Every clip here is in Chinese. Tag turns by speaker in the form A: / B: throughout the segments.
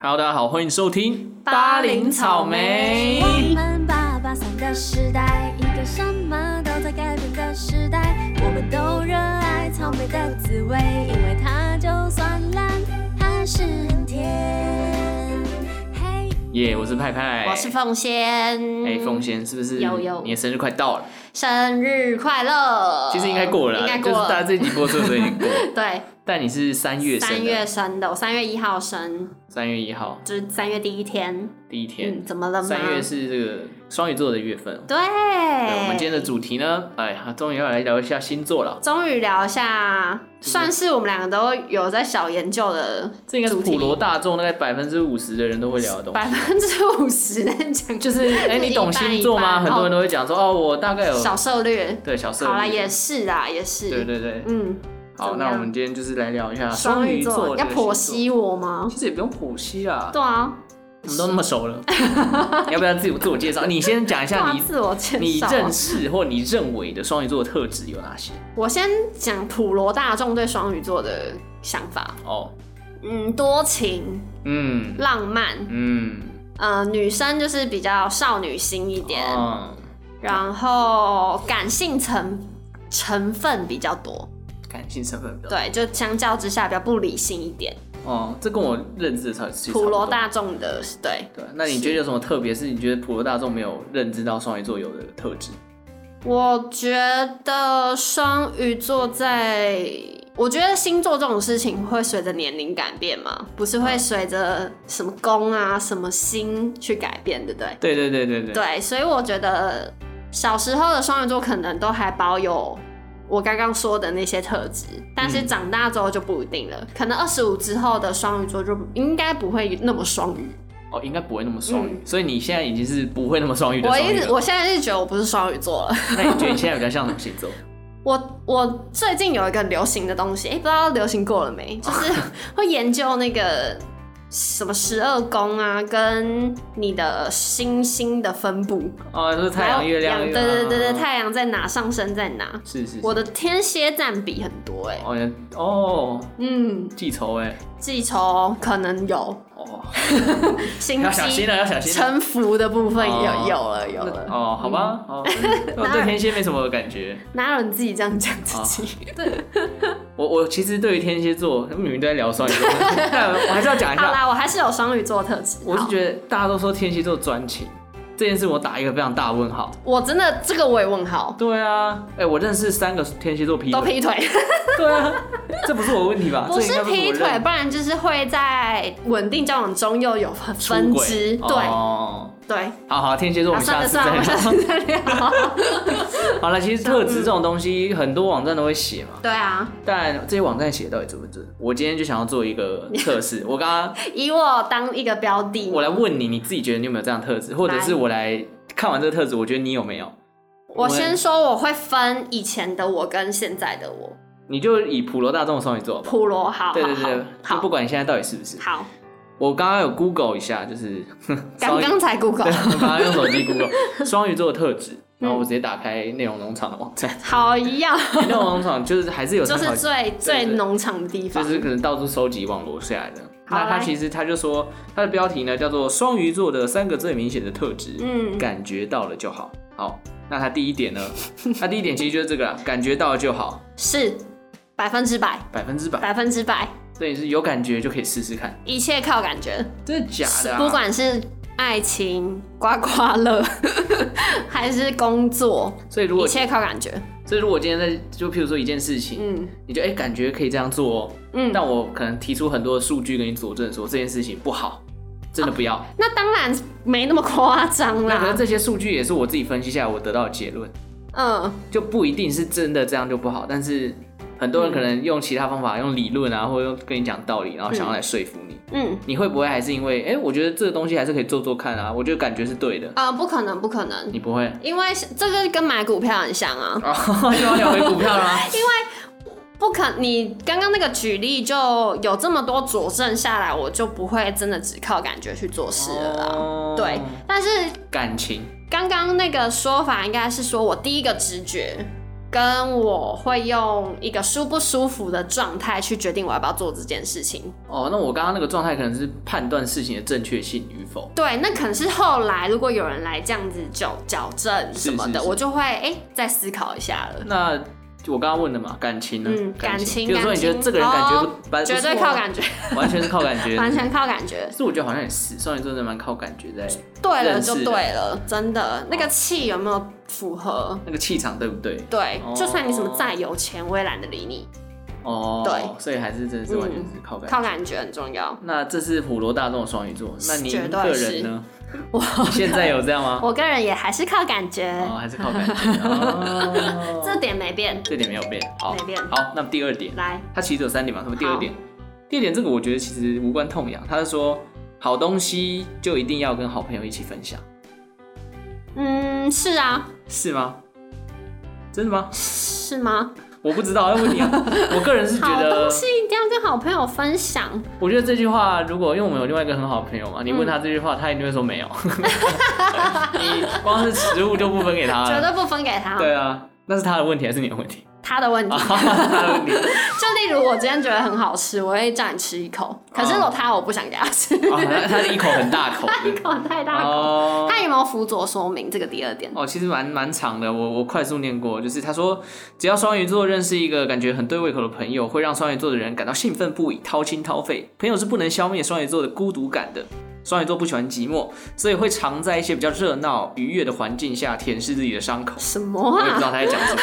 A: Hello，大家好，欢迎收听
B: 巴林草莓
C: 我们八八三的时代，一个什么都在改变的时代，我们都热爱草莓的滋味，因为它就算烂，还是很甜。嘿，
A: 耶我是派派，
B: 我是凤仙。
A: 哎、凤仙是不是？
B: 有有
A: 你的生日快到了，
B: 生日快乐！
A: 其实应该过了啦，
B: 应该
A: 就
B: 过
A: 是大家
B: 了。。
A: 这一集播出的时候已经过了
B: 对，
A: 但你是三月生
B: 三
A: 的，
B: 月生的，我三月一号生，
A: 三月一号
B: 就是三月第一天。
A: 第一天
B: 嗯，，怎么了吗？
A: 三、月是这个双鱼座的月份哦。
B: 对。
A: 对我们今天的主题呢，哎呀，终于要来聊一下星座了。
B: 终于聊一下，算是我们两个都有在小研究的，
A: 这应该是
B: 主题
A: 普罗大众大概百分之五十的人都会聊的东西。
B: 百分之 五十在讲
A: 就是哎、你懂星座吗？
B: 一半一半
A: 很多人都会讲说哦，我大概有
B: 小策略。
A: 对小色
B: 好啦，
A: 欲
B: 也是啦，也是。
A: 对对对。
B: 嗯，
A: 好，
B: 怎么
A: 那我
B: 样
A: 们今天就是来聊一下
B: 双
A: 鱼
B: 鱼
A: 座
B: 座要
A: 这个
B: 剖
A: 星
B: 析我吗
A: 座，？其实也不用剖析啦，
B: 对啊，
A: 我们都那么熟 了， 要不要自我自我介绍？你先讲一
B: 对
A: 下
B: 啊，
A: 你
B: 自我介绍。
A: 你认识或你认为的双鱼座的特质有哪些？
B: 我先讲普罗大众对双鱼座的想法，
A: 哦，
B: 嗯，多情、
A: 嗯
B: 浪漫，
A: 嗯，
B: 呃，女生就是比较少女心一点，
A: 嗯，
B: 然后感性成成分比较多，
A: 感性成分比较多。
B: 对，就相较之下比较不理性一点，
A: 哦，这跟我认知的差其实差不
B: 普
A: 多
B: 罗大众的对。
A: 对，啊那你觉得有什么特别？是你觉得普罗大众没有认知到双鱼座有的特质？
B: 我觉得双鱼座在，我觉得星座这种事情会随着年龄改变嘛，不是会随着什么宫啊、什么星去改变，对不对？
A: 对对对对对，
B: 对，所以我觉得小时候的双鱼座可能都还保有我刚刚说的那些特质，但是
A: 嗯
B: 长大之后就不一定了。可能二十五之后的双鱼座就应该不会那么双鱼。
A: 哦，应该不会那么双鱼，所以你现在已经是不会那么双鱼的
B: 嗯我
A: 双
B: 一
A: 鱼
B: 直
A: 了。
B: 我现在是觉得我不是双鱼座了。
A: 那你觉得你现在比较像什么星座？
B: 我我最近有一个流行的东西，哎、不知道流行过了没？就是 会研究那个什么十二宫啊，跟你的星星的分布，
A: 哦，就是太
B: 还
A: 阳、
B: 有
A: 月亮，
B: 对
A: 月
B: 对对对，
A: 嗯嗯嗯
B: 太阳在哪，上升在哪？
A: 是是是
B: 我的天蝎占比很多哎、
A: 哦原哦，
B: 嗯，
A: 记仇哎，
B: 记仇可能有，
A: 哦，
B: 心
A: 要小心啊
B: 机、
A: 了，要小心了。
B: 臣服的部分有
A: 哦
B: 有了有了，嗯
A: 哦，好吧，哦，我对天蝎没什么感觉。
B: 哪有你自己这样讲自己？
A: 我我其实对于天蝎座，他们明明都在聊双鱼座， 但我还是要讲一
B: 好
A: 下。
B: 啦，我还是有双鱼座特质，
A: 哦我是
B: 好
A: 觉得大家都说天蝎座专情这件事，我打一个非常大问号。
B: 我真的这个我也问号，
A: 对啊，哎、我认识三个天蝎座劈
B: 都
A: 腿，
B: 劈 腿，
A: 对啊，这不是我的问题吧？
B: 不
A: 这应该
B: 是
A: 不我
B: 劈
A: 认
B: 腿，不然就是会在稳定交往中又有分
A: 出
B: 分
A: 轨
B: 支，对
A: 哦，
B: 对。
A: 好好，天蝎座我
B: 啊，
A: 们下
B: 算了
A: 次
B: 算了，
A: 再
B: 我们下
A: 聊。
B: 次再聊。
A: 好了，其实特质这种东西，很多网站都会写嘛，
B: 对啊，
A: 但这些网站写的到底准不准？我今天就想要做一个测 试，我刚刚
B: 以我当一个标的，
A: 我来问你，你自己觉得你有没有这样的特质，或者是我来看完这个特质，我觉得你有没有？
B: 我先说我会分以前的我跟现在的我，
A: 你就以普罗大众的双鱼座好不好
B: 普罗，好，
A: 对对对，
B: 好，
A: 就
B: 好
A: 不管你现在到底是不是。
B: 好，
A: 我刚刚有 Google 一下，就是
B: 刚刚才 Google，
A: 我刚刚用手机 Google 双鱼座的特质，然后
B: 嗯
A: 我直接打开内容农场的网站。
B: 好一 样，
A: 内容农场就是还是有参
B: 就
A: 考
B: 是最最
A: 对
B: 农场的地方，
A: 就是可能到处收集网罗下来的。
B: 好
A: 那它
B: 来
A: 其实它就说它的标题呢叫做“双鱼座的三个最明显的特质”，
B: 嗯
A: 感觉到了就好。好，那它第一点呢？ 它第一点其实就是这个啦，感觉到了就好，
B: 是百分之百，
A: 百分之百。
B: 百分之百，
A: 所以是有感觉就可以试试看，
B: 一切靠感觉，
A: 真的假的、啊？
B: 不管是爱情、刮刮乐， 还是工作，
A: 所以如
B: 一
A: 果
B: 切靠感觉，
A: 所以如果今天在就譬如说一件事情，
B: 嗯
A: 你就哎、感觉可以这样做哦，
B: 嗯。
A: 但我可能提出很多的数据给你佐证说这件事情不好，真的不要。
B: 那当然没那么夸张
A: 那可能
B: 啦，
A: 这些数据也是我自己分析下来我得到的结论。
B: 嗯，
A: 就不一定是真的这样就不好，但是很多人可能用其他方法，用理论啊，或者用跟你讲道理，然后想要来说服你。
B: 嗯，
A: 你会不会还是因为，哎、我觉得这个东西还是可以做做看啊，我觉得感觉是对的，
B: 啊、不可能，不可能，
A: 你不 会？
B: 因为是这个跟买股票很像啊，
A: 哦，又要聊回股票了吗？
B: 不可，你刚刚那个举例就有这么多佐证下来，我就不会真的只靠感觉去做事了啦。
A: 哦
B: 对，但是
A: 感情
B: 刚刚那个说法应该是说我第一个直觉跟我会用一个舒不舒服的状态去决定我要不要做这件事情。
A: 哦，那我刚刚那个状态可能是判断事情的正确性与否。
B: 对，那可能是后来如果有人来这样子纠矫正什么的，
A: 是是是
B: 我就会哎、再思考一下了。
A: 那我刚刚问的嘛，感情呢？
B: 嗯感情
A: 情，比如说你觉得这个人感觉
B: 哦
A: 不，不
B: 绝对
A: 不错啊
B: 靠感觉，。
A: 完全是靠感觉
B: 完全靠感觉
A: 可。是我觉得好像也是，双鱼座真的蛮欸靠感觉在
B: 对了
A: 认识
B: 就
A: 的
B: 对了，真的那个气有没有符合？
A: 那个气场，对不对？
B: 对，
A: 哦
B: 就算你什么再有钱，我也懒得理你。
A: 哦，
B: 对，嗯
A: 所以还是真的是完全是靠感觉。
B: 靠感觉很重要。
A: 那这是普罗大众的双鱼座，那您
B: 绝对
A: 个
B: 是
A: 人呢？ 我现在有这样吗？
B: 我个人也还是靠感觉，
A: 哦，还是靠感觉。 哦
B: 这点没变。
A: 这点没有变，好，
B: 没变
A: 好，那么第二点，
B: 来，
A: 它其实有三点嘛，那么第二点，第二点这个我觉得其实无关痛痒，他是说好东西就一定要跟好朋友一起分享，
B: 嗯，是啊，
A: 是吗？真的吗？
B: 是吗？
A: 我不知道，要问你啊。我个人是觉
B: 好
A: 得
B: 东，西一定要跟好朋友分享，
A: 我觉得这句话，如果因为我们有另外一个很好的朋友嘛，你问
B: 嗯
A: 他这句话，他一定会说没有。 你光是食物就不分给他
B: 绝
A: 了，
B: 对不分给他。
A: 啊对啊，那是他的问题还是你的问 题？
B: 他的问题，
A: 他的问题。
B: 就例如我今天觉得很好吃，我会叫你吃一口，可是
A: 哦
B: 我他我不想给他吃，
A: 哦他他是一口很大口，
B: 一口太大口。
A: 哦
B: 他有没有辅佐说明这个第二点？
A: 哦，其实蛮蛮长的，我我快速念过，就是他说，只要双鱼座认识一个感觉很对胃口的朋友，会让双鱼座的人感到兴奋不已，掏心掏肺。朋友是不能消灭双鱼座的孤独感的。双鱼座不喜欢寂寞，所以会常在一些比较热闹、愉悦的环境下舔舐自己的伤口。
B: 什么
A: 我也不知道
B: 啊？
A: 他在讲什 么。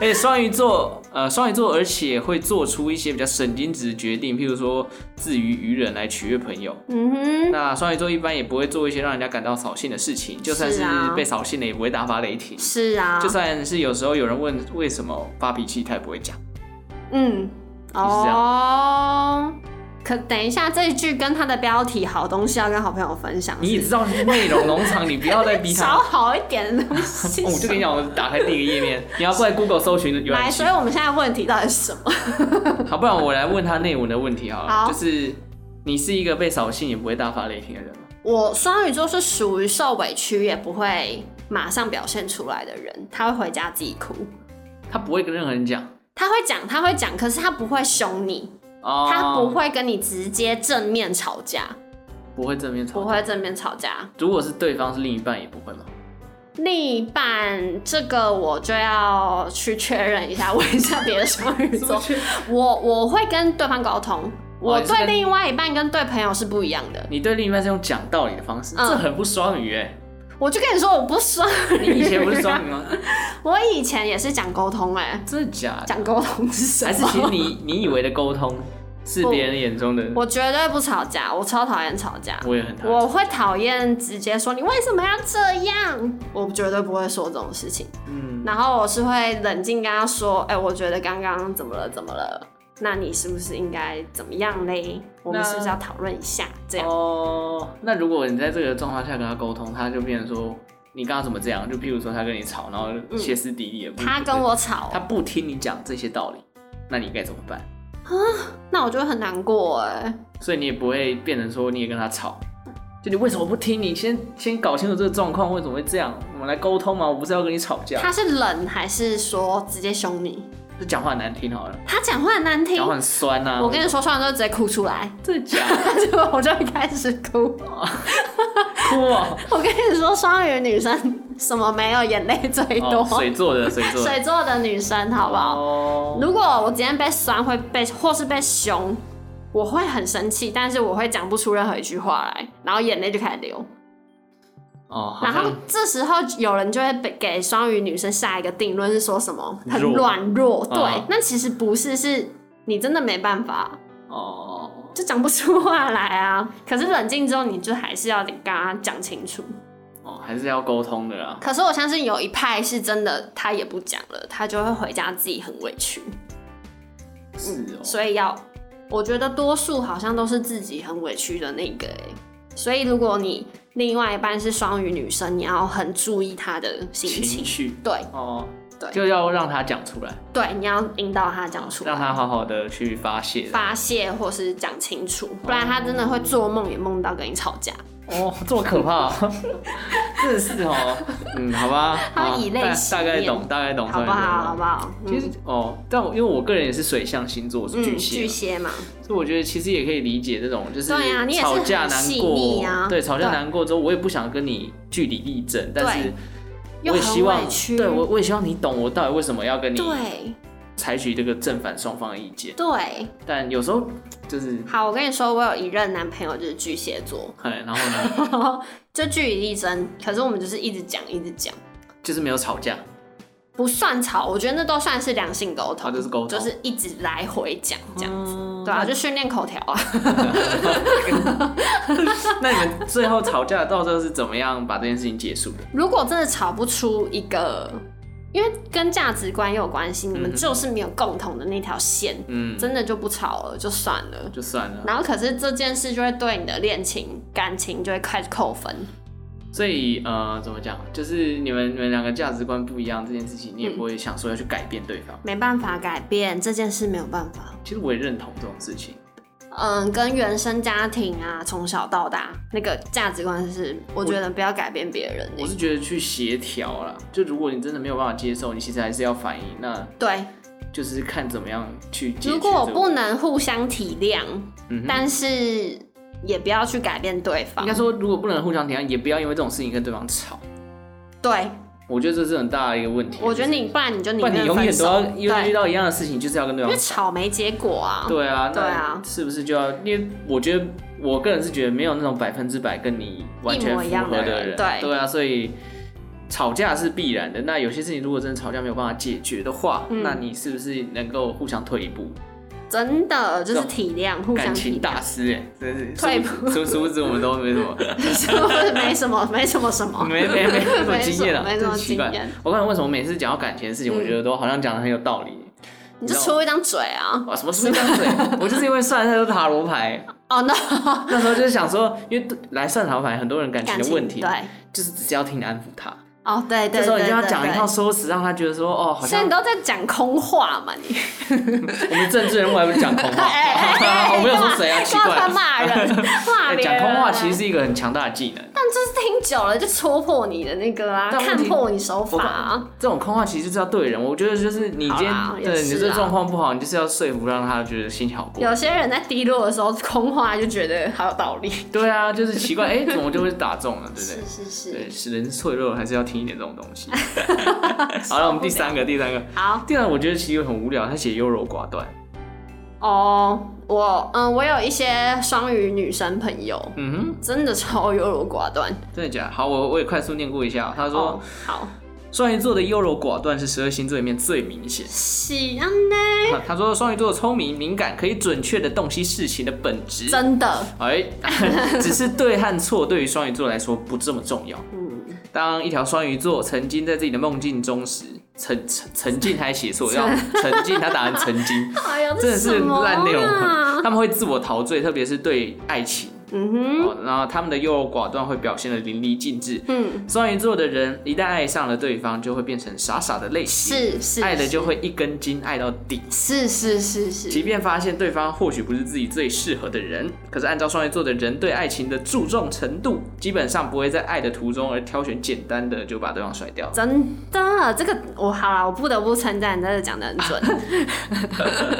A: 而且哎双鱼座，呃，双鱼座，而且会做出一些比较神经质的决定，譬如说自娱于人来取悦朋友。
B: 嗯哼，
A: 那双鱼座一般也不会做一些让人家感到扫兴的事情，就算
B: 是
A: 是
B: 啊
A: 被扫兴了，也不会大发雷霆。
B: 是啊
A: 就，算是有时候有人问为什么发脾气，他也不会讲。
B: 嗯，
A: 是这样
B: 哦。可等一下，这一句跟他的标题“好东西要跟好朋友分享”，
A: 你也知道是内容农场，你不要再逼 他。
B: 少
A: 哦
B: 好一点的东西。
A: 我就 跟你讲，我打开第一个页面，你要过来 Google 搜寻浏
B: 来，
A: 览器
B: 所以，我们现在问题到底是什么？
A: 好，不然我来问他内文的问题好了。
B: 好
A: 就是你是一个被扫兴也不会大发雷霆的人吗？
B: 我双鱼座是属于受委屈也不会马上表现出来的人，他会回家自己哭，
A: 他不会跟任何人讲，
B: 他会讲，他会讲，可是他不会凶你，
A: 哦，
B: 他不会跟你直接正面吵架，
A: 不会正面吵
B: 不
A: 架。
B: 会正面吵架。
A: 如果是对方是另一半，也不会吗？
B: 另一半这个我就要去确认一下，问一下别的双 鱼座，我我会跟对方沟通，我
A: 你哦是跟
B: 对另外一半跟对朋友是不一样的。
A: 你对另一半是用讲道理的方式，
B: 嗯
A: 这很不双语哎。
B: 我就跟你说，我不双
A: 你
B: 鱼，
A: 以前不是双语吗？
B: 我以前也是讲沟通、哎，
A: 真的假的？
B: 讲沟通是什么？
A: 还是其实你你以为的沟通是别人眼中的？
B: 我绝对不吵架，我超讨厌吵架。
A: 我也很讨厌。
B: 我会讨厌直接说你为什么要这样，我绝对不会说这种事情。
A: 嗯，
B: 然后我是会冷静跟他说，哎、我觉得刚刚怎么了怎么了，那你是不是应该怎么样嘞？我们
A: 那
B: 是不是要讨论一下？这样
A: 哦，那如果你在这个状况下跟他沟通，他就变成说你刚刚怎么这样？就譬如说他跟你吵，然后就歇斯底里也不。
B: 他跟我吵
A: 他，不听你讲这些道理，那你该怎么办？
B: 那我就会很难过哎、
A: 所以你也不会变成说你也跟他吵，就你为什么不听？你先先搞清楚这个状况为什么会这样，我们来沟通嘛，我不是要跟你吵架。
B: 他是冷还是说直接凶你？
A: 就讲话很难听好了，
B: 他讲话很难听
A: 讲，话很酸呐、啊。
B: 我跟你说，说完之后直接哭出来，
A: 这假 的
B: 我就会开始哭。
A: 哭哦、
B: 我跟你说，双鱼女生什么没有，眼泪最多。
A: 哦水做的水做的，
B: 水做的女生，好不好？
A: 哦，
B: 如果我今天被酸，会被或是被凶，我会很生气，但是我会讲不出任何一句话来，然后眼泪就开始流。
A: 哦，好
B: 然后
A: 像
B: 这时候有人就会被给双鱼女生下一个定论，是说什么很
A: 弱
B: 软弱。对，
A: 啊
B: 那其实不是，是你真的没办法，
A: 哦，
B: 就讲不出话来啊。可是冷静之后，你就还是要跟他讲清楚。
A: 哦，还是要沟通的啦。
B: 可是我相信有一派是真的，他也不讲了，他就会回家自己很委屈，
A: 是哦，
B: 嗯所以要，我觉得多数好像都是自己很委屈的那个、欸，所以如果你另外一半是双鱼女生，你要很注意她的心情，
A: 情绪
B: 对
A: 哦，
B: 对
A: 就要让他讲出来，
B: 对，你要引导她讲出
A: 让
B: 来，
A: 他好好的去发泄。
B: 发泄或是讲清楚，不然她真的会做梦也梦到跟你吵架，
A: 哦，这么可怕、真的是哦，嗯，好吧，
B: 他
A: 好
B: 以类
A: 大
B: 洗
A: 大概
B: 面
A: 懂，大概懂，
B: 好不
A: 大概懂
B: 好？好不好？嗯
A: 其实哦，但我因为我个人也是水象星座，我是
B: 嗯，
A: 巨蟹啊
B: 巨
A: 嘛，
B: 蟹嘛，
A: 所以我觉得其实也可以理解这种，就是
B: 对啊你也是
A: 吵架
B: 很
A: 难
B: 细腻
A: 过，
B: 啊
A: 对，吵架
B: 对
A: 难过之后，我也不想跟你据理力争，但是
B: 又
A: 我也希
B: 很
A: 望啊
B: 委，屈，
A: 对我我也希望你懂我到底为什么要跟你
B: 对
A: 采取这个正反双方的意见，
B: 对。
A: 但有时候就是，
B: 好，我跟你说，我有一任男朋友就是巨蟹座，
A: 哎，然后呢，
B: 就据理力争，可是我们就是一直讲，一直讲。
A: 就是没有吵架，
B: 不算吵，我觉得那都算是良性沟
A: 啊
B: 通，
A: 就是沟通
B: 就是一直来回讲这样子，
A: 嗯
B: 对啊，就训练口条啊。
A: 那你们最后吵架到最后是怎么样把这件事情结束的？
B: 如果真的吵不出一个，因为跟价值观也有关系，你们就是没有共同的那条线，
A: 嗯，
B: 真的就不吵了，就算了。
A: 就算了。
B: 然后可是这件事就会对你的恋情、感情就会开始扣分，
A: 所以呃，怎么讲，就是你们你们两个价值观不一样这件事情，你也不会想说要去改变对方。
B: 没办法改变这件事，没有办法。
A: 其实我也认同这种事情。
B: 嗯，跟原生家庭啊，从小到大那个价值观是，我觉得不要改变别人、
A: 我是觉得去协调啦，就如果你真的没有办法接受，你其实还是要反应，那
B: 对，
A: 就是看怎么样去解决。
B: 如果不，能互相体谅，
A: 嗯哼
B: 但是也不要去改变对方
A: 应该。说如果不能互相体谅，也不要因为这种事情跟对方吵。
B: 对，
A: 我觉得这是很大的一个问题。
B: 我觉得
A: 就是
B: 你不然你就
A: 不
B: 宁
A: 然你
B: 愿
A: 永
B: 分
A: 远都
B: 手，
A: 要因为遇
B: 对，
A: 到一样的事情，就是要跟对
B: 因
A: 方
B: 为吵没结果啊。
A: 对啊，
B: 对啊
A: 那是不是就要？因为我觉得我个人是觉得没有那种百分之百跟你完全符
B: 一模一样
A: 合
B: 的人
A: 人，
B: 对
A: 啊，所以吵架是必然的。那有些事情如果真的吵架没有办法解决的话，
B: 嗯
A: 那你是不是能够互相退一步？
B: 真的就是体谅，互
A: 感
B: 相
A: 情
B: 体谅
A: 大，师哎、真是
B: 退一步
A: 殊殊不知我 们都没什 么，
B: 是不是没什么，没什么 什么，
A: 没没没什么
B: 没什
A: 经验啊，
B: 没什
A: 真
B: 么
A: 是奇
B: 经
A: 怪。
B: 验，
A: 我看为什么每次讲到感情的事情，我觉得都好像讲的很有道理。
B: 你就出一张嘴啊。
A: 啊，什么是这 样子？我就是因为算了太多塔罗牌，
B: 哦，那
A: 那时候就是想说，因为来算塔罗牌，很多人感情
B: 感
A: 的
B: 情
A: 问题，
B: 对，
A: 就是只是要听你安抚他。
B: 哦对对
A: 这时候
B: 对
A: 你
B: 对
A: 就要讲一套
B: 对。
A: 说辞，让他觉得说，哦，好
B: 现在
A: 像
B: 你都在讲空话嘛？ 你
A: 我们政治人物还不是讲空话，
B: 哎哎哎 哎
A: 我没有说谁啊，
B: 干
A: 奇
B: 嘛
A: 怪
B: 干。嘛突然 骂人，骂
A: 哎
B: 别
A: 讲
B: 人啊。
A: 空话其实是一个很强大的技能，
B: 但就是听久了就戳破你的那个啊，
A: 但问
B: 看
A: 题
B: 破你手法、啊。
A: 这种空话其实就是要对人。我觉得就是你今天
B: 好啦也
A: 对你
B: 是
A: 这
B: 啦
A: 状况不好，你就是要说服让他觉得心情好过。
B: 有些人在低落的时候空话就觉得 好有道理。
A: 对啊，就是奇怪， 哎，怎么就会打中了，对不对？
B: 是是
A: 对，，使人脆弱还是要听一点这种东 西。好了，我们第三个，第三个，
B: 好
A: 第二个我觉得其实很无聊，他写优柔寡断。
B: 哦。我嗯，我有一些双鱼女生朋友，
A: 嗯哼。
B: 真的超优柔寡断。
A: 真的假的好，我我也快速念过一下。他
B: 哦
A: 说，，
B: 好，
A: 双鱼座的优柔寡断是十二星座里面最明显。
B: 喜安呢？
A: 啊他说，双鱼座的聪明、敏感，可以准确的洞悉事情的本质。
B: 真的，
A: 哎， 只是对和错对于双鱼座来说不这么重要。
B: 嗯，
A: 当一条双鱼座曾经在自己的梦境中时，沉沉沉浸，他还写错，要 沉浸，他打成曾经，
B: 哎呀，
A: 真的
B: 这
A: 是
B: 什么
A: 烂内容
B: 啊。。
A: 他们会自我陶醉，特别是对爱情。
B: 嗯哼，
A: 哦，然后他们的优柔寡断会表现的淋漓尽致，
B: 嗯，
A: 双鱼座的人一旦爱上了对方，就会变成傻傻的类型，
B: 是是，
A: 爱的就会一根筋爱到底。
B: 是是是
A: 即
B: 是，
A: 便发现对方或许不是自己最适合的人，可是按照双鱼座的人对爱情的注重程度，基本上不会在爱的途中而挑选简单的就把对方甩掉。
B: 真的，这个我好了，我不得不称赞，你真的讲的很准。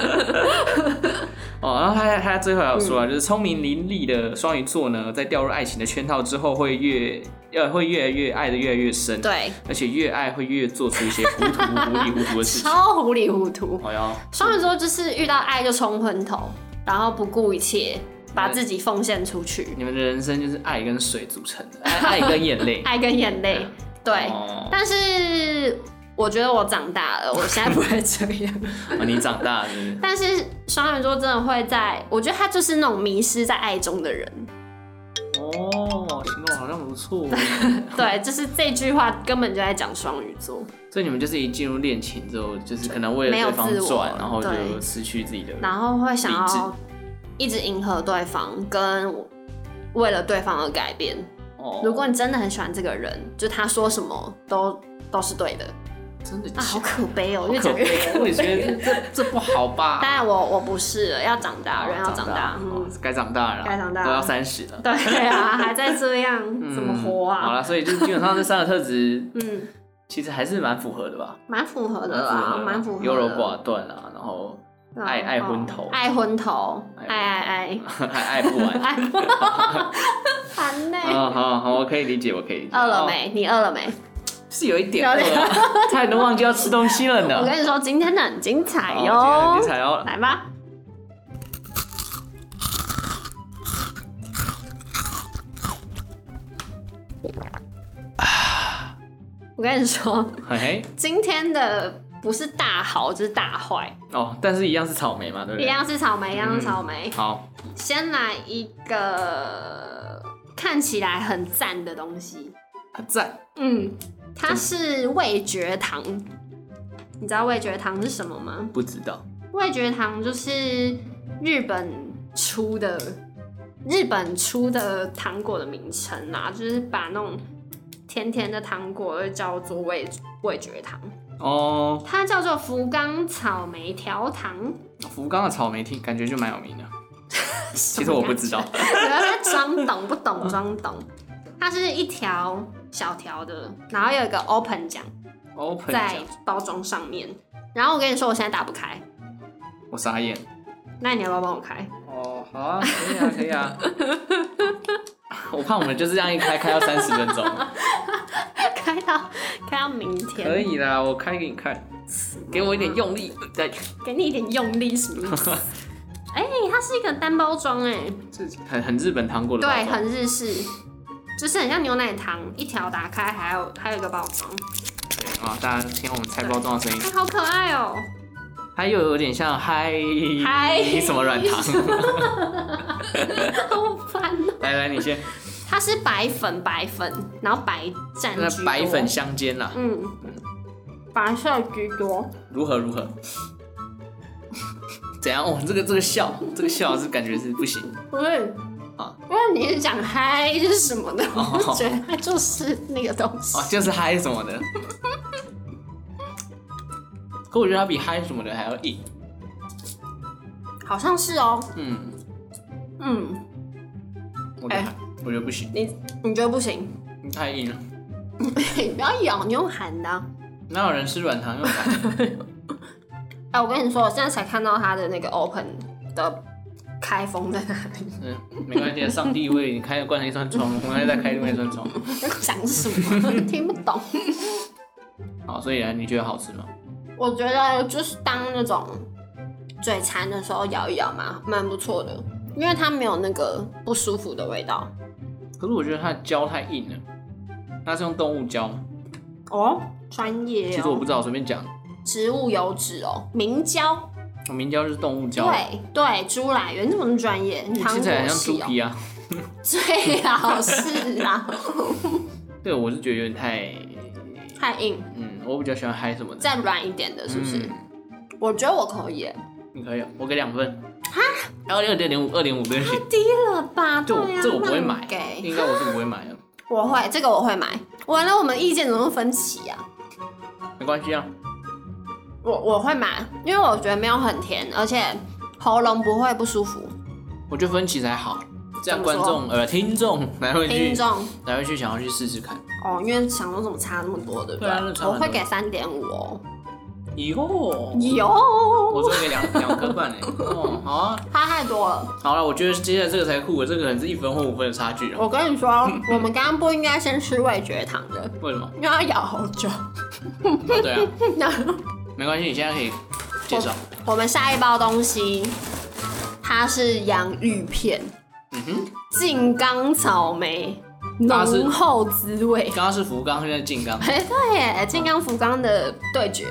A: 哦，然后他他最后还有说
B: 嗯
A: 啊，就是聪明伶俐的双鱼座呢，在掉入爱情的圈套之后，会越呃会越来越爱的越来越深，
B: 对，
A: 而且越爱会越做出一些糊涂糊里糊涂的事情。哦
B: 超糊里糊涂。
A: 好呀，
B: 双鱼座就是遇到爱就冲昏头，然后不顾一切把自己奉献出去，。
A: 你们的人生就是爱跟水组成的，爱爱跟眼泪
B: 爱跟眼泪。 对，
A: 哦
B: 但是我觉得我长大了，我现 在不会这样。
A: 哦你长大了是不是，
B: 但是双鱼座真的会在，我觉得他就是那种迷失在爱中的人。
A: 哦，形容好像不错。哦
B: 对，就是这句话根本就在讲双鱼座，
A: 所以你们就是一进入恋情之后，就是可能为了
B: 没有
A: 对方
B: 自我
A: 转，然后就
B: 对
A: 失去自己的。
B: 然后会想
A: 理智
B: 要一直迎合对方，跟为了对方而改变。
A: 哦
B: 如果你真的很喜欢这个人，就他说什么都都是对的，
A: 真的
B: 啊，好
A: 假
B: 可悲哦，越
A: 可
B: 讲越
A: 悲，我也觉得这这这不好吧？
B: 当然我我不是了要长大，人要长大，
A: 哦
B: 嗯，
A: 该长大了，
B: 该长大了
A: 都要三十了，
B: 对啊，还在这样，
A: 嗯
B: 怎么活
A: 好
B: 啊？
A: 了，所以就基本上这三个特质
B: 嗯，
A: 其实还是蛮符合的吧？
B: 蛮符合的啦，呃蛮符合的。
A: 优柔不寡断啊，然后
B: 然后
A: 爱爱昏头
B: 爱昏头，
A: 爱
B: 爱爱爱
A: 爱爱不完。
B: 爱不烦呢。
A: 啊，好好，我可以理解，我可以理解。
B: 饿了
A: 哦？
B: 没？你饿了没？
A: 是有一点
B: 有
A: 饿
B: 点
A: 了，差点都忘记要吃东西了呢。
B: 我跟你说，今天的很精彩
A: 好今
B: 哟
A: 天很精，彩哦。
B: 来吧。我跟你说，
A: 嘿嘿，
B: 今天的不是大好就是大坏，
A: 哦，但是一样是草莓嘛，对不
B: 一
A: 对？
B: 样是草莓，一样是草莓。
A: 好，
B: 先来一个看起来很赞的东西，
A: 啊赞。
B: 嗯，它是味觉糖。你知道味觉糖是什么吗？
A: 不知道，
B: 味觉糖就是日本出的，日本出的糖果的名称啦，就是把那种甜甜的糖果就叫做味味觉糖，
A: 哦，
B: 它叫做福冈草莓条糖。
A: 福冈的草莓听感觉就蛮有名的。其实我不知道，
B: 不要在装懂不懂装懂。它是一条小条的，然后有一个 open 奖
A: open
B: 在
A: 奖
B: 包装上面。然后我跟你说，我现在打不开，
A: 我傻眼。
B: 那你要不要帮我开？
A: 哦，好啊，可以啊，可以啊。 我怕我们就这样一开开到三十分钟，
B: 开到开到明天，
A: 可以啦，我开给你看，给我一点用力，再
B: 给你一点用力什么 意思？哎、它是一个单包装哎、
A: 自己很很日本糖果的包
B: 对，
A: 装，
B: 很日式，就是很像牛奶糖，一条打开，还有还有一个包装，
A: 啊，大家听我们拆包装的声音
B: 哎、，好可爱哦、
A: 它又有点像嗨
B: 嗨
A: 嗯什么软糖，
B: 好烦哦、
A: 来来你先，
B: 它是白粉白粉，然后白占
A: 那
B: 居
A: 白
B: 多
A: 粉相间啦，
B: 嗯，白色居多。
A: 如何 如何？怎样？哦，这个这个笑，这个笑是感觉是不行
B: 不是
A: 啊，
B: 因为你是讲嗨是什么的，
A: 哦
B: 我就觉得它就是那个东西
A: 哦，。就是嗨什么的。可我觉得它比嗨什么的还要硬，
B: 好像是哦。
A: 嗯，
B: 嗯，
A: 我觉得、
B: 哎
A: 我觉得不行，
B: 你你觉得不行？
A: 你太硬了。
B: 你不要咬，你用喊的啊、
A: 哪有人吃软糖用奶？
B: 哎、我跟你说，我现在才看到它的那个 open 的开封在哪里，
A: 嗯，没关系，上帝为你开关了一扇窗，我们再开另外一扇窗。
B: 讲什么听不 懂。
A: 好，所以啊，你觉得好吃吗？
B: 我觉得就是当那种嘴馋的时候咬一咬嘛，蛮不错的，因为它没有那个不舒服的味道。
A: 可是我觉得它的胶太硬了，它是用动物胶吗，
B: 哦，专业、哦。
A: 其实我不知道，我随便讲，
B: 植物油脂哦，明胶，
A: 我明胶就是动物胶，
B: 对对，猪奶源，你怎么那么专业？
A: 你
B: 糖
A: 吃
B: 果
A: 起来很像
B: 系
A: 猪
B: 哦，
A: 皮啊。
B: 最好是啊，
A: 对，我是觉得有点太，
B: 太硬，
A: 嗯，我比较喜欢嗨什么的，
B: 再软一点的，是不是？
A: 嗯
B: 我觉得我可以，
A: 你可以，我给两份。哈，二二点零五，二点五对不起，
B: 这个吧，
A: 这我
B: 对啊
A: 这我不会
B: 那
A: 买
B: 给
A: 应该我是不会买的，
B: 我会，这个我会买。完了，我们意见怎么分歧啊？
A: 没关系啊。
B: 我我会买，因为我觉得没有很甜，而且喉咙不会不舒服。
A: 我觉得分歧才好，这样
B: 怎
A: 观
B: 么说
A: 众呃听众才会去
B: 听众
A: 才会去想要去试试看。
B: 哦，因为想说怎么差那么多，对不
A: 对啊那差
B: 我
A: 很
B: 会
A: 多
B: 给三点五哦。
A: 哟，
B: 有，
A: 我这个两两颗半哎，哦，好啊，
B: 差太多了。
A: 好了，我觉得接下来这个才酷，啊这个可能是一分或五分的差距了。啊
B: 我跟你 说，我们刚刚不应该先吃味觉糖的，
A: 为什么？
B: 因为要咬好 久。
A: 哦对啊，没关系，你现在可以介绍。
B: 我们下一包东西，它是洋芋片，
A: 嗯哼，
B: 静冈草莓，
A: 它是
B: 浓厚滋味。
A: 刚刚是福冈，现在静冈。
B: 哎、对耶，静冈福冈的对决，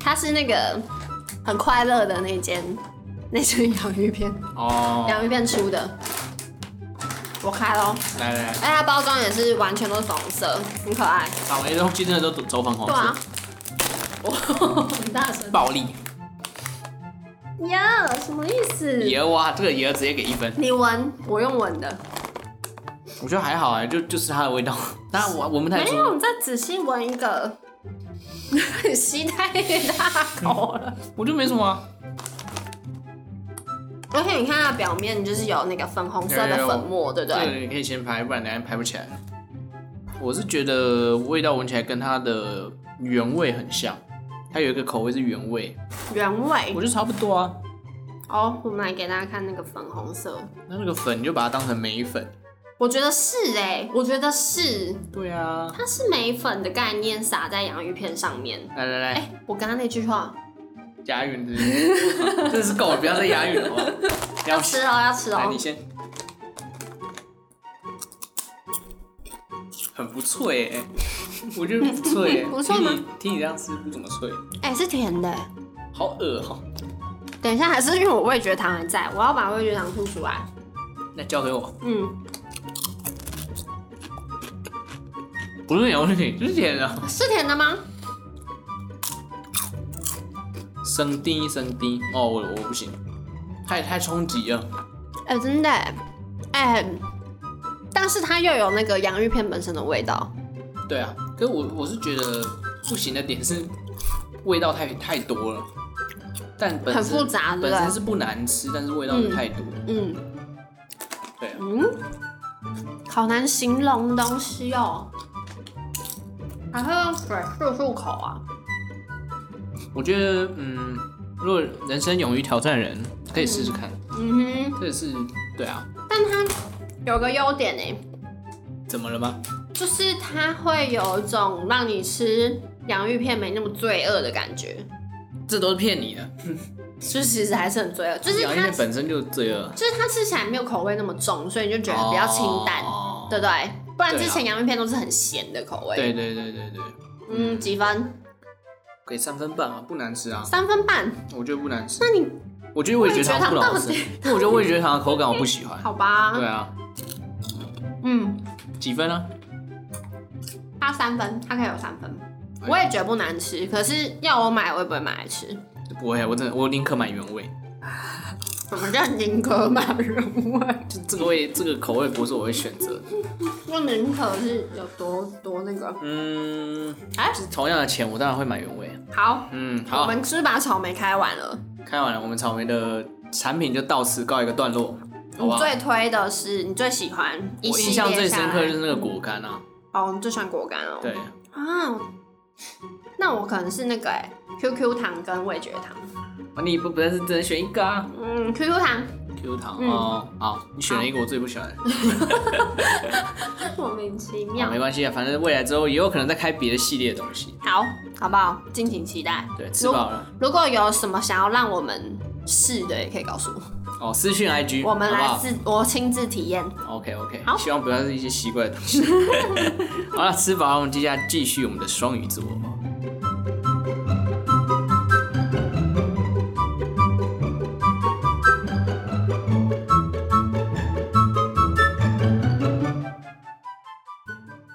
B: 它是那个很快乐的那间，那间洋芋片，
A: 哦，
B: 洋芋片出的。我开喽，
A: 来来来，
B: 哎，它包装也是完全都是粉红色，很可爱。
A: 草莓的东西真的都走走粉红
B: 对啊
A: 色，，
B: 我很大声。
A: 暴力。
B: 呀什么意思？
A: 爷哇，这个爷直接给一分，
B: 你闻，我用闻的，
A: 啊我觉得还好哎，就就是它的味道。但我我们太
B: 没有，
A: 粗，
B: 你再仔细闻一个， 吸太大口了。
A: 我就没什么啊。
B: 而且你看它表面就是有那个粉红色
A: 有有
B: 的
A: 有
B: 粉末，对不
A: 这个
B: 对？
A: 你可以先拍，不然等下拍不起来。我是觉得味道闻起来跟它的原味很像，它有一个口味是原味，
B: 原味
A: 我。觉得差不多啊。
B: 哦，我们来给大家看那个粉红色。
A: 那那个粉你就把它当成梅粉。
B: 我觉得是哎、我觉得是，
A: 对啊，
B: 它是眉粉的概念撒在洋芋片上面。
A: 来来来，
B: 哎、我刚刚那句话
A: 押韵是不是真是够了，不要再押韵了。好不 好不
B: 要
A: 要
B: 吃哦，要吃
A: 来
B: 哦
A: 你。先。很不脆哎、我觉得不脆哎、
B: 不错吗
A: 听你？听你这样吃不怎么脆，
B: 哎、是甜的。
A: 好恶哦哈、
B: 等一下，还是因为我味觉糖还在，我要把味觉糖吐出来。
A: 那交给我，
B: 嗯，
A: 不是牛奶，是甜的。
B: 是甜的吗？
A: 生低生低，哦，我我不行，太太冲击了。
B: 哎、真的哎、哎但是它又有那个洋芋片本身的味道。
A: 对啊，可是我我是觉得不行的点是味道太太多了，但本身
B: 很复杂对不对
A: 本身是不难吃，但是味道太多了。
B: 嗯
A: 对啊，
B: 嗯，好难形容的东西哦。还会用水漱漱口啊？
A: 我觉得嗯，如果人生勇于挑战的人，可以试试看，
B: 嗯哼，
A: 这是对啊，
B: 但它有个优点呢、欸
A: 怎么了吗？
B: 就是它会有一种让你吃洋芋片没那么罪恶的感觉，
A: 这都是骗你的，
B: 就是其实还是很罪恶，就是
A: 洋芋
B: 它
A: 片本身就罪恶，
B: 就是它吃起来没有口味那么重，所以你就觉得比较清淡，
A: 哦
B: 对不对？不然之
A: 对啊
B: 前洋芋片都是很咸的口味。，
A: 对对对对对，
B: 嗯，几分？
A: 给三分半啊，不难吃啊，
B: 三分半。
A: 我觉得不难吃。
B: 那你
A: 我觉得味觉糖不好吃
B: 味觉，
A: 因为我觉得味觉糖的口感我不喜欢。
B: 好吧？
A: 对啊，
B: 嗯，
A: 几分呢？
B: 它三分，它可以有三分。
A: 哎
B: 我也觉得不难吃，可是要我买，我也不会买来 吃。
A: 不会，我真的我宁可买原味。
B: 什么叫宁可买原味？
A: 就这个味，这个口味不是我会选择的。
B: 那宁可是有多多那个？
A: 嗯，
B: 哎、
A: 同样的钱，我当然会买原味。
B: 好，
A: 嗯，
B: 我
A: 好，
B: 们是不是把草莓开完了？
A: 看完了，我们草莓的产品就到此告一个段落，好不
B: 你
A: 好？
B: 最推的是你最喜欢，一
A: 我
B: 系列
A: 印象最深刻就是是那个果干啊，
B: 哦，你最喜欢果干哦。
A: 对，
B: 啊，那我可能是那个哎、QQ 糖跟味觉糖。
A: 啊你不不是只能选一个啊
B: 嗯，QQ 糖
A: ？Q 糖
B: 嗯
A: 哦，好，你选了一个我最不喜欢的，
B: 莫名其
A: 好
B: 妙
A: 没。关系啊，反正未来之后也有可能再开别的系列的东西。
B: 好，好不好？敬请期待。
A: 对，吃饱了
B: 如果有什么想要让我们试的，也可以告诉我，
A: 哦，私讯 IG，
B: 我们
A: 好不
B: 来
A: 好
B: 自我亲自体验。
A: OK OK，
B: 好
A: 希望不要是一些奇怪的东西。 好了，吃饱了，我们接下来继续我们的双鱼座。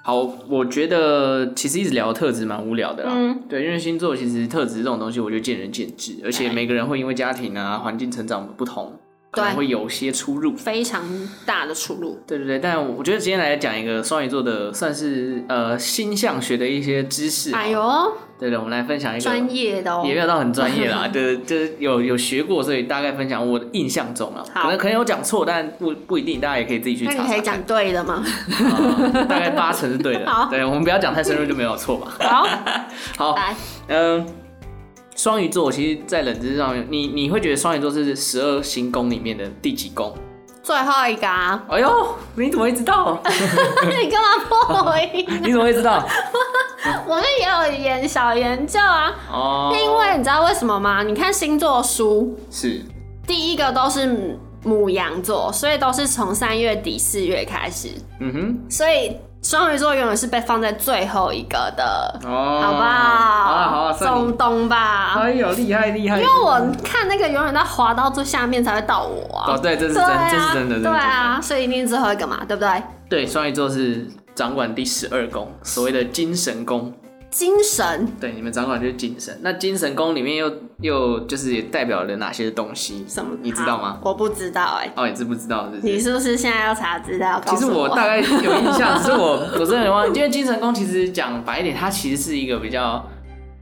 A: 好，我觉得其实一直聊特质蛮无聊的啦。
B: 嗯
A: 对，因为星座其实特质这种东西，我觉得见仁见智，而且每个人会因为家庭啊、环境成长不同，可能
B: 对
A: 会有些出入。
B: 非常大的出入。
A: 对对对，但我觉得今天来讲一个双鱼座的，算是呃星象学的一些知识。啊
B: 哎，呦，
A: 对对，我们来分享一个，
B: 专业的哦
A: 也，没嗯有到很专业 啦，对，就是有有学过，所以大概分享我的印象中啊，
B: 好
A: 可能可能有讲错，但不不一定，大家也可以自己去
B: 那
A: 查
B: 你
A: 查看。
B: 可以讲对的吗？
A: 呃大概八成是对的
B: 好。
A: 对，我们不要讲太深入就没有错吧。
B: 好，
A: 好，
B: 来，
A: 嗯，双鱼座其实，在冷知识上面，你你会觉得双鱼座是十二星宫里面的第几宫？
B: 最后一个 啊，
A: 哎呦，你怎么会知道？
B: 你干嘛破我音？啊
A: 你怎么会知道？
B: 我们也有研小研究啊，
A: 哦，
B: 因为你知道为什么吗？你看星座书，
A: 是
B: 第一个都是母羊座，所以都是从三月底四月开始，
A: 嗯
B: 所以双鱼座永远是被放在最后一个的
A: 哼，哦，
B: 好不好？
A: 好了好了，啊算你
B: 中。东吧。
A: 哎呦，厉害厉害！因
B: 因为我看那个永远到滑到最下面才会到我啊。
A: 哦，对，这是
B: 对
A: 真，
B: 啊，
A: 这是真的，真的
B: 对啊，所以一定是最后一个嘛，对不对？
A: 真的对，双鱼座是掌管第十二宫，所谓的精神宫。
B: 精神
A: 对，你们掌管就是精神。那精神宫里面又又就是也代表了哪些东西？
B: 什么？
A: 你知道吗？
B: 好我不知道哎、
A: 哦，你知不知道？是不
B: 你
A: 是？
B: 是不是现在要查资料？告
A: 其实
B: 诉
A: 我
B: 我
A: 大概 有印象，只是我我真的忘了，因为精神宫其实讲白一点，它其实是一个比较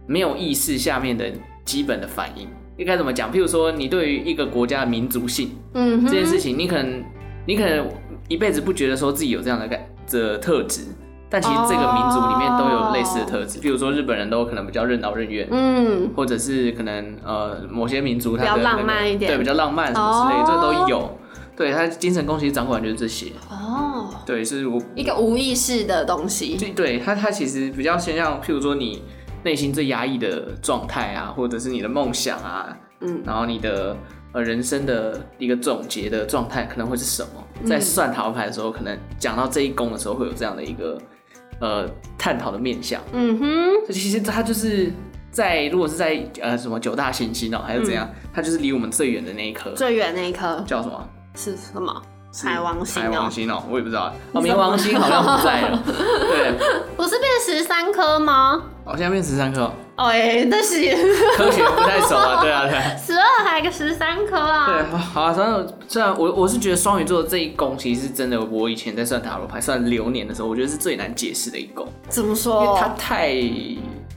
A: 没有意识下面的基本的反应。应该怎么讲？譬如说，你对于一个国家的民族性
B: 嗯
A: 这件
B: 哼，
A: 事情，你可能你可能一辈子不觉得说自己有这样的感的特质，但其实这个民族里面都有类似的特质。譬如说，日本人都可能比较任劳任怨，
B: 哦嗯，
A: 或者是可能呃某些民族他的、那个、
B: 比较浪漫一点
A: 对，比较浪漫什么之类的，这
B: 哦
A: 都有。对他精神攻击掌管就是这些，
B: 哦，
A: 对，是我
B: 一个无意识的东西，
A: 就对他他其实比较先让，譬如说你内心最压抑的状态啊，或者是你的梦想啊，
B: 嗯，
A: 然后你的呃人生的一个总结的状态可能会是什么，
B: 嗯
A: 在算塔罗牌的时候，可能讲到这一宫的时候会有这样的一个呃探讨的面向。
B: 嗯哼，
A: 其实它就是在如果是在呃什么九大行星哦、还是怎样，它就是离我们最远的那一颗
B: 嗯最远那一颗
A: 叫什么？
B: 是什么？
A: 是
B: 海王星
A: 海
B: 哦
A: 王、星哦、我也不知道，哦，冥王星好像不在 了，对，
B: 不是变十三颗吗？
A: 哦，现在变十三颗哦，
B: 哦、哎，但是
A: 科学不太熟啊，对啊，对啊。
B: 十二还有个十三颗
A: 对，
B: 啊，
A: 好好啊，反正虽然我我是觉得双鱼座这一宫其实是真的，我以前在算塔罗牌、算流年的时候，我觉得是最难解释的一宫，
B: 怎么
A: 因
B: 说
A: 为它？太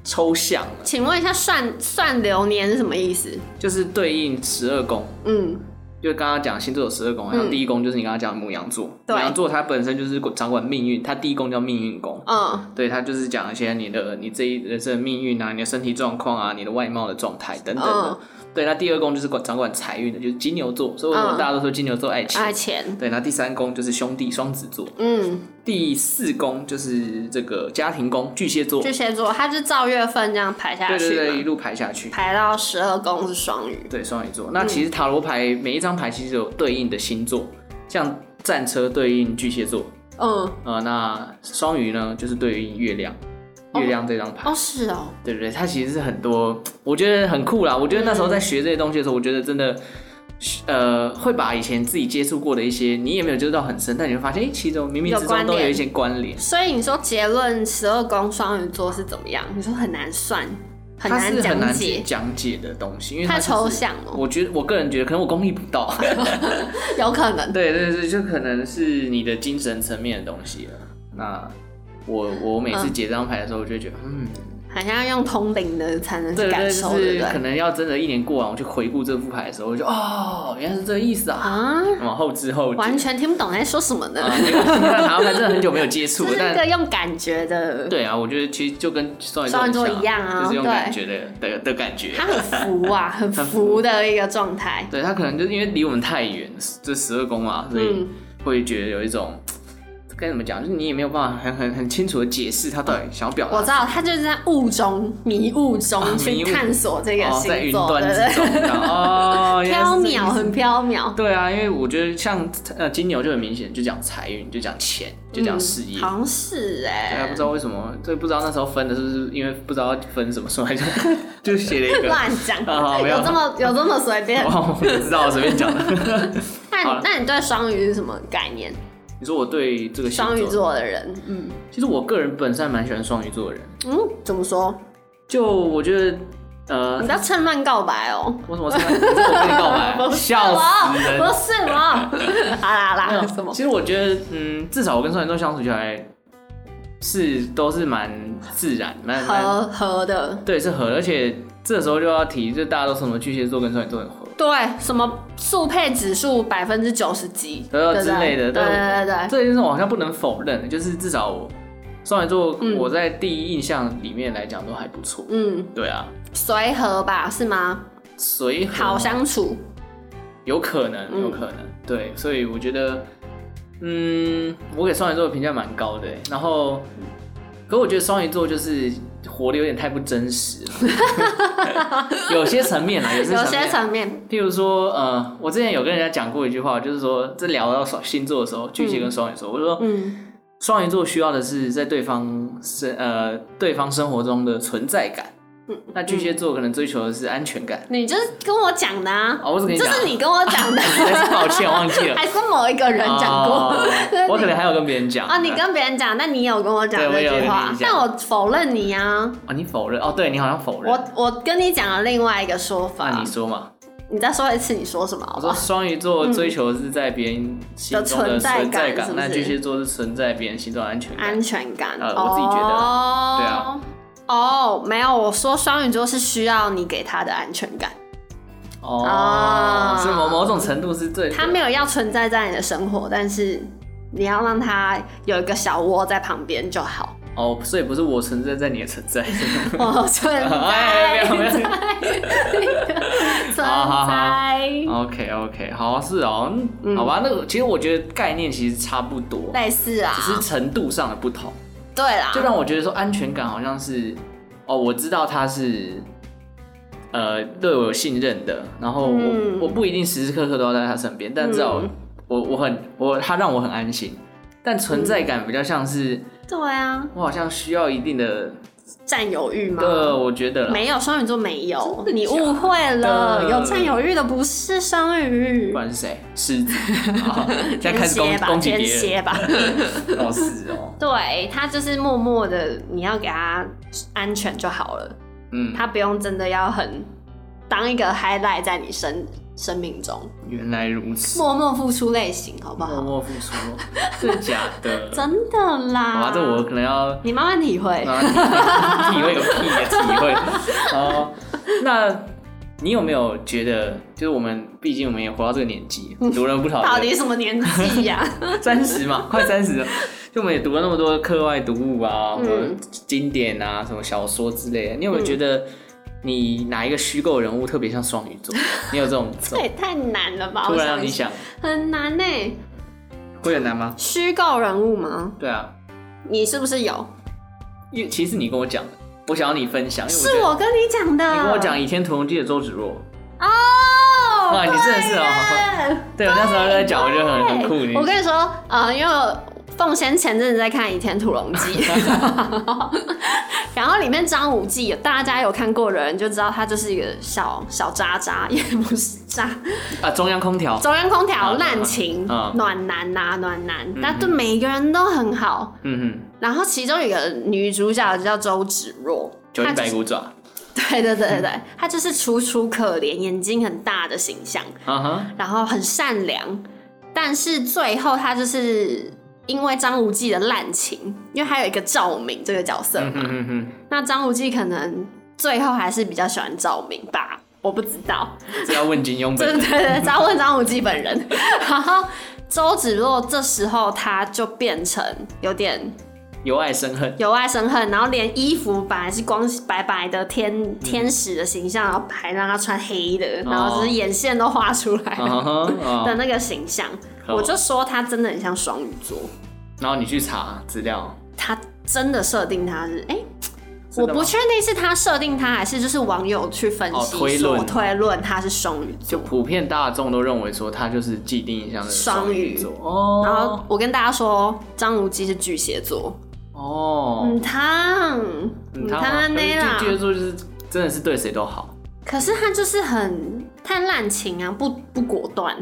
A: 抽象了，
B: 请问一下算算流年是什么意思？
A: 就是对应十二宫，
B: 嗯，
A: 就刚刚讲星座有十二宫，然后
B: 嗯
A: 第一宫就是你刚刚讲的母羊座，
B: 对
A: 母羊座它本身就是掌管命运，它第一宫叫命运宫。
B: 嗯，
A: 对，它就是讲一些你的你这一人生的命运啊，你的身体状况啊，你的外貌的状态等等的。
B: 嗯
A: 对，那第二宫就是管掌管财运的，就是金牛座，所以我
B: 嗯
A: 们大家都说金牛座爱钱。
B: 爱钱，
A: 对，那第三宫就是兄弟双子座，
B: 嗯，
A: 第四宫就是这个家庭宫巨蟹座，
B: 巨蟹座，它就照月份这样排下
A: 对对
B: 去
A: 对，一
B: 嘛，
A: 路排下去。
B: 排到十二宫是双鱼，
A: 对，双鱼座。
B: 嗯
A: 那其实塔罗牌每一张牌其实有对应的星座，像战车对应巨蟹座，
B: 嗯，
A: 呃，那双鱼呢就是对应月亮，月亮这张牌，
B: 哦是哦，
A: 对不对？它其实是很多，我觉得很酷啦。我觉得那时候
B: 嗯
A: 在学这些东西的时候，我觉得真的。呃，会把以前自己接触过的一些，你也没有接触到很深，但你会发现，哎、其中冥冥
B: 有
A: 之
B: 关
A: 中都有
B: 联
A: 一些关联。
B: 所以你说结论十二宫双鱼座是怎么样？你说很难算，很
A: 它
B: 难
A: 是很
B: 讲
A: 难去
B: 解，
A: 讲解的东西，因为它
B: 太
A: 就是
B: 抽。象了，
A: 我觉得我个人觉得，可能我功力不到。
B: 有可能。
A: 对对对，就可能是你的精神层面的东西了。那我我每次结张牌的时候，我就觉得，嗯，
B: 好像要用通灵的才能
A: 对对
B: 去感
A: 对，
B: 受，
A: 就
B: 对
A: 是
B: 不
A: 可
B: 对？
A: 能要真的一年过完，我去回顾这副牌的时候，我就哦，原来是这个意思啊。
B: 啊，
A: 往后知后觉。
B: 完全听不懂在说什么呢，
A: 啊，因为我塔罗牌真的很久没有接触 了，
B: 这是一个
A: 但。
B: 用感觉的，
A: 对啊，我觉得其实就跟双鱼
B: 双鱼座
A: 很像
B: 一样啊
A: 就是用
B: 对
A: 感觉的的的感觉。
B: 它很浮啊，很
A: 很
B: 浮
A: 浮
B: 的一个状态。
A: 对他可能就是因为离我们太远，这十二宫嘛，所以
B: 嗯
A: 会觉得有一种嘖该怎么讲，就是你也没有办法很很很清楚的解释他到底想要表
B: 我知
A: 达。
B: 道，他就是在雾中、迷雾中
A: 啊
B: 去
A: 迷雾
B: 探索这个
A: 哦，在
B: 星
A: 云
B: 座，
A: 端
B: 对不
A: 之中，
B: 对？
A: 然后 哦，原来
B: 缥
A: 是这
B: 缈，
A: 意思
B: 很缥缈。
A: 对啊，因为我觉得像呃金牛就很明显，就讲财运，就讲钱，就讲事业。
B: 嗯好像是
A: 对啊，不
B: 哎
A: 知，道为什么，这不知道那时候分的是不是因为不知道分什么，所 以就就写了一个，
B: 乱讲，
A: 啊没有
B: 有这么有这么随便。
A: 我不知道，我随便讲 的。
B: 那
A: 好
B: 你
A: 了
B: 那你对双鱼是什么概念？
A: 你说我对这个星
B: 双鱼，座的人，嗯
A: 其实我个人本身还蛮喜欢双鱼座的人，
B: 嗯，怎么说？
A: 就我觉得，呃
B: 你不，要趁乱告白哦。
A: 我怎么知道？这是我跟你告 白，笑死人
B: 不！是我， 好啦
A: 呃
B: 好
A: 没有
B: 啦，什么？
A: 其实我觉得，嗯，至少我跟双鱼座相处起来是都是蛮自然，蛮蛮
B: 合合的，
A: 对，是合的。而且这时候就要提，就大家都说什么巨蟹座跟双鱼座很合，
B: 对，什么速配指数百分之九十几，
A: 呃
B: 对不对
A: 之类的
B: 对
A: 但
B: 对对对，
A: 这件事我好像不能否认，就是至少我双鱼座
B: 嗯
A: 我在第一印象里面来讲都还不错。
B: 嗯，
A: 对啊，
B: 随和吧，是吗？
A: 随和
B: 好相处，
A: 有可能，
B: 嗯
A: 有可能，对，所以我觉得，嗯，我给双鱼座的评价蛮高的欸，然后，可我觉得双鱼座就是活得有点太不真实了， 有些层面啊，有些
B: 有
A: 层
B: 些
A: 面，
B: 层面，
A: 譬如说，呃，我之前有跟人家讲过一句话，就是说，在聊到双星座的时候，巨蟹跟双鱼座，我就说，
B: 嗯，
A: 双鱼座需要的是在对方生呃对方生活中的存在感，
B: 嗯
A: 那巨蟹座可能追求的是安全感。
B: 你就是跟我讲的啊，
A: 哦我只跟你
B: 这
A: 讲
B: 是你跟我讲的，
A: 但是抱歉，我忘记了。
B: 还是某一个人讲 过。
A: 哦我可能还有跟别人讲
B: 啊，你跟别人讲，但你有跟我讲
A: 对我
B: 这
A: 有
B: 句
A: 跟
B: 话
A: 你，讲
B: 但我否认你啊！
A: 啊，你否认哦，对你好像否认。
B: 我啊我跟你讲了另外一个说
A: 那
B: 法
A: 你，说嘛？
B: 你再说一次，你说什么？好
A: 我
B: 不
A: 说
B: 好？
A: 双鱼座追求是在别人心中
B: 哦的
A: 的
B: 存在
A: 存在
B: 感是
A: 感，
B: 不是
A: 那巨蟹座是存在别人心中的安全感
B: 安。全感。
A: 呃我自己觉得
B: 哦、
A: 对啊，
B: 哦，没有，我说双鱼座是需要你给他的安全感，
A: 哦
B: 啊，
A: 是某某种程度是对的，
B: 他没有要存在在你的生活，但是你要让他有一个小窝在旁边 就好。
A: 哦，所以不是我存在在你的存在，
B: 我 存
A: 哎
B: 在
A: 没有没有
B: 在 存
A: 好好
B: 在
A: OK OK，好是哦，嗯
B: 嗯
A: 好吧，那个其实我觉得概念其实差不多，
B: 类似啊
A: 只，是程度上的不同，
B: 对啊啦，
A: 就让我觉得说安全感好像是，哦，我知道他是，呃，对我有信任的，然后我、
B: 嗯
A: 我不一定时时刻刻都要在他身边，但至少
B: 嗯
A: 我我很我他让我很安心，但存在感比较像是、
B: 对啊，
A: 我好像需要一定的，
B: 占有欲吗？
A: 对，啊我觉得啦
B: 啊没有，双鱼座没有，
A: 真的
B: 你
A: 假的
B: 误会了。有占有欲的不是双鱼
A: 不，然是谁？狮子， 好现在开
B: 天
A: 始攻
B: 蝎吧，
A: 攻击
B: 天
A: 别人，
B: 蝎吧。
A: 哦是哦，
B: 对他就是默默的，你要给他安全就好了，
A: 嗯，
B: 他不用真的要很当一个 highlight 在你生生命中，
A: 原来如此，
B: 默默付出类型，好不
A: 默
B: 好？
A: 默付出，真的假的？
B: 真的啊
A: 好
B: 啦，
A: 吧，这我可能要
B: 你慢慢体会。
A: 啊体会个屁的体会。哦，那你有没有觉得，就是我们毕竟我们也活到这个年纪，读了不少
B: 到
A: 的
B: 底什么年纪呀、
A: 三十嘛，快三十了。就我们也读了那么多课外读物啊，
B: 嗯
A: 或者经典啊，什么小说之类的。你有没有觉得你哪一个虚构人物特别像双鱼座？ 你有这种这
B: 这也
A: 种
B: 太难了吧！
A: 突
B: 我
A: 然让
B: 一
A: 你
B: 下，
A: 想，
B: 很难呢、欸
A: 会很难吗？
B: 虚构人物吗？
A: 对啊，
B: 你是不是有？
A: 因为其实你跟我讲的，我想要你分享，因为
B: 是啊
A: 我
B: 我跟你讲的。
A: 觉得你跟我讲《倚天屠龙记》的周芷若，
B: 哦，
A: 哇你真的是哦
B: 对耶
A: 对我那时候在讲，我觉得很很酷。你
B: 我跟你说，呃，因为我凤仙前阵子在看《倚天屠龙记》， 然后里面张无忌，大家有看过的人就知道他就是一个小小渣渣，也不是渣，
A: 啊，中央空调，
B: 中央空调
A: 啊
B: 滥情、
A: 啊啊
B: 暖男呐、暖男，但对每个人都很好。
A: 嗯
B: 然后其中有一个女主角叫周芷若，
A: 哼，九
B: 她
A: 阴
B: 就
A: 白骨爪，
B: 对对对对对，她就是楚楚可怜、眼睛很大的形象。
A: 啊哈，
B: 然后很善良，但是最后他就是因为张无忌的滥情，因为还有一个赵敏这个角色嘛，
A: 嗯哼哼哼，
B: 那张无忌可能最后还是比较喜欢赵敏吧，我不知 道，
A: 这要问金庸
B: 对
A: 本
B: 对
A: 人，
B: 对，只要问张无忌本人。 然后周芷若这时候她就变成有点
A: 由爱生恨，
B: 由爱生恨，然后连衣服本来是光白白的天天使的形象，然后还让她穿黑的，然后
A: 哦
B: 就是眼线都画出来
A: 啊
B: 了。
A: 哈，
B: 的
A: 啊
B: 那个形象，
A: 可恶
B: 我就说他真的很像双鱼座，
A: 然后你去查资料，
B: 他真的设定他是哎。
A: 真
B: 我
A: 的吗
B: 不确定是他设定他，还是就是网友去分析
A: 哦
B: 说
A: 推论
B: 推论他是双鱼座。
A: 普遍大众都认为说他就是既定印象的
B: 双
A: 鱼
B: 鱼
A: 座，
B: 然后
A: 哦，
B: 我跟大家说，张无忌是巨蟹座。
A: 哦
B: 嗯，，汤，
A: 嗯
B: 嗯，
A: 他
B: 汤
A: 巨
B: 内啦。
A: 巨蟹座就是真的是对谁都好，
B: 可是他就是很太滥情啊，不不果断，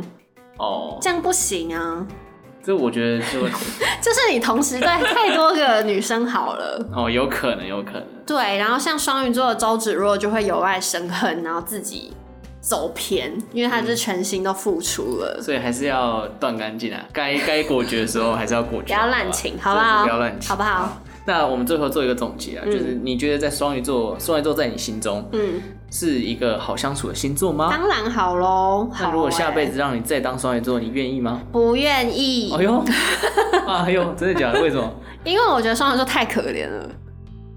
A: 哦，
B: 这样不行啊。
A: 这我觉得就
B: 就是你同时对太多个女生好了。
A: 哦有可能有可能，
B: 对，然后像双鱼座的周芷若就会由爱生恨，然后自己走偏，因为
A: 嗯
B: 他就是全心都付出了。
A: 所以还是要断干净啊，该该果决的时候还是要果决，
B: 不要滥情，好
A: 吧真的是
B: 不好？
A: 不要滥情，
B: 好不好？
A: 那我们最后做一个总结啊，就是你觉得在双鱼座，双鱼座在你心中
B: 嗯，
A: 是一个好相处的星座吗？
B: 当然好喽。好
A: 那如果下辈
B: 欸
A: 子让你再当双鱼座，你愿意吗？
B: 不愿意，
A: 哎呦， 哎呦，真的假的？为什 么？
B: 因为我觉得双鱼座太可怜了，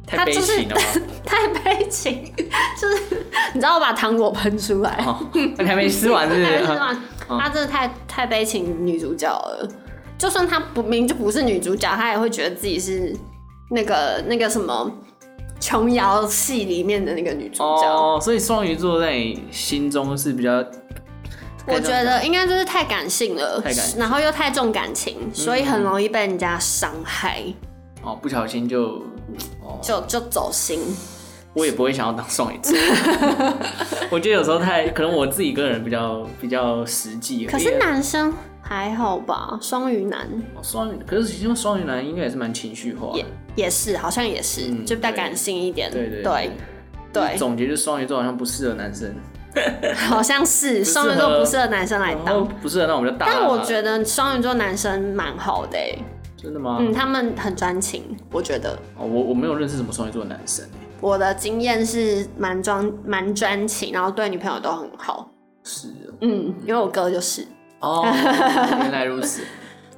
A: 太悲情了吗？
B: 太悲情，就是 你知道我把糖果喷出来，
A: 哦，那你还没吃完是不
B: 但是
A: 是？
B: 嘛他真的太太悲情女主角了。就算她不明明就不是女主角，她也会觉得自己是那个那个什么琼瑶戏里面的那个女主角。
A: 哦，所以双鱼座在你心中是比较，
B: 我觉得应该就是太感性了，
A: 太感性嗯
B: 然后又太重感情，所以很容易被人家伤害，
A: 哦，不小心就， 哦，
B: 就就走心。
A: 我也不会想要当双鱼 座。我觉得有时候太，可能我自己个人比较比较实际而已啊。
B: 可是男生还好吧，双鱼男
A: 哦双鱼，可是其实双鱼男应该也是蛮情绪化的
B: 也。也是，好像也是，
A: 嗯
B: 就比较
A: 对
B: 感性一点。
A: 对对
B: 对对
A: 总结就是双鱼座好像不适合男生，
B: 好像是
A: 适
B: 双鱼
A: 合哦
B: 座不适合男生来
A: 然
B: 当
A: 后。不适合那我们就大。
B: 但我觉得双鱼座男生蛮好的、欸，
A: 啊真的吗？
B: 嗯，他们很专情，我觉得
A: 哦，我我没有认识什么双鱼座的男生欸
B: 我的经验是蛮专蛮专情，然后对女朋友都很好。
A: 是哦
B: 嗯，因为我哥就是，
A: 哦， 原来如此。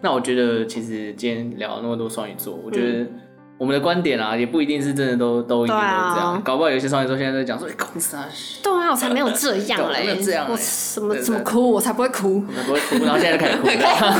A: 那我觉得其实今天聊了那么多双鱼座，我觉
B: 嗯
A: 得我们的观点啊，也不一定是真的都都一定都这
B: 对啊
A: 样，搞不好有一些双鱼座现在在讲说，哎、公司啊，嘘
B: 对啊，我才没有这样
A: 对我才
B: 嘞，
A: 没有这样嘞
B: 我什么
A: 对对
B: 怎么哭，我才不会哭，
A: 我们不会哭，然后现在就开始哭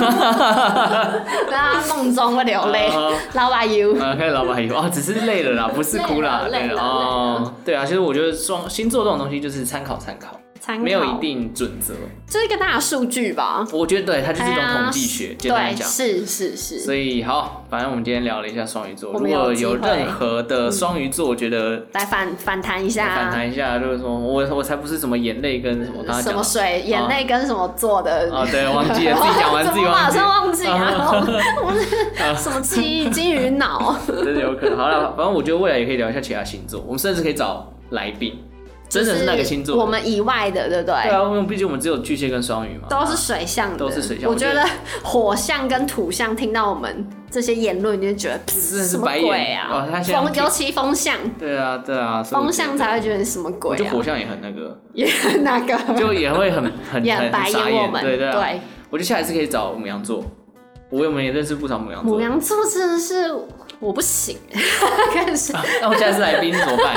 A: 了。
B: 大家啊梦中会流泪。
A: 呃
B: 老板 you，
A: 啊，开始老板有啊，只是累了啦，不是哭啦，
B: 累了
A: 对
B: 累了
A: 哦，对啊，其实我觉得双星座这种东西就是参考参考，
B: 参考
A: 没有一，定准则。
B: 这是一个大数据吧？
A: 我觉得对，它就是一种
B: 哎呀
A: 统计学，简单来
B: 对，
A: 讲。
B: 是是是，
A: 所以好，反正我们今天聊了一下双鱼座，
B: 我
A: 如
B: 们有
A: 果
B: 机
A: 有
B: 会
A: 任何的双鱼座，我觉得
B: 来反反弹一下
A: 反
B: 啊，
A: 弹一下，就是说我我才不是什么眼泪跟什么，我刚刚
B: 什
A: 讲
B: 么水眼泪跟什么做的？
A: 啊，对，忘记了，自己讲完
B: 怎
A: 自己
B: 么马
A: 忘记
B: 上
A: 了，
B: 忘记啊？我是什么记忆金鱼脑？
A: 真的有可能。好了，反正我觉得未来也可以聊一下其他星座，我们甚至可以找来宾， 真的是那个星座的，
B: 我们以外的，对不对？
A: 对啊，因为毕竟我们只有巨蟹跟双鱼嘛，
B: 都是水象的，
A: 都是水象
B: 我觉
A: 我
B: 得火象跟土象听到我们这些言论，你就觉得
A: 真的是
B: 什么
A: 白眼
B: 鬼啊
A: 哦他！现在
B: 风，尤其风象，
A: 对啊，对啊，所以我
B: 风
A: 觉得
B: 象才会觉得你什么鬼
A: 就
B: 啊
A: 火，象也很那个，
B: 也很那个，
A: 就也会 很很
B: 也
A: 很
B: 白
A: 傻
B: 眼我们。
A: 对啊
B: 对，
A: 我觉得下一次可以找母羊座，我我们也认识不少母羊座。
B: 母羊座真的是我不行， 但是
A: 那我下次来宾 怎么办？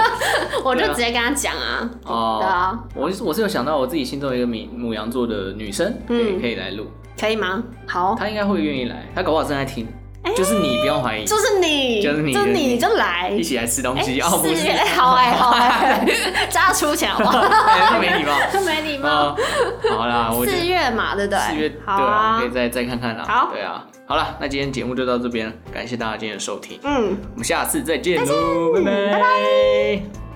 B: 我就
A: 啊对啊
B: 直接跟他讲啊，对
A: 哦，
B: 啊，
A: 我是我是有想到我自己心中有一个母母羊座的女生，可以
B: 嗯
A: 可以来录，
B: 可以吗？好，
A: 她应该会愿意来，她搞不好正在听，
B: 哎
A: 就是你不用怀疑，
B: 就是你，
A: 就是你
B: 就是
A: 就是你
B: 你就来
A: 一。起来吃东
B: 哎
A: 西哦，不
B: 四
A: 是
B: 月，哎好哎，好 哎， 大家出钱好不好？
A: 哎太没礼貌
B: 没礼貌。
A: 啊！好啦，我觉
B: 四
A: 得
B: 月嘛，对不对？
A: 四月对
B: 好
A: 啊，
B: 啊
A: 可以。再再看看啦。
B: 好
A: 对啊，好了，那今天节目就到这边，感谢大家今天的收听，
B: 嗯。
A: 我们下次再见喽，拜拜。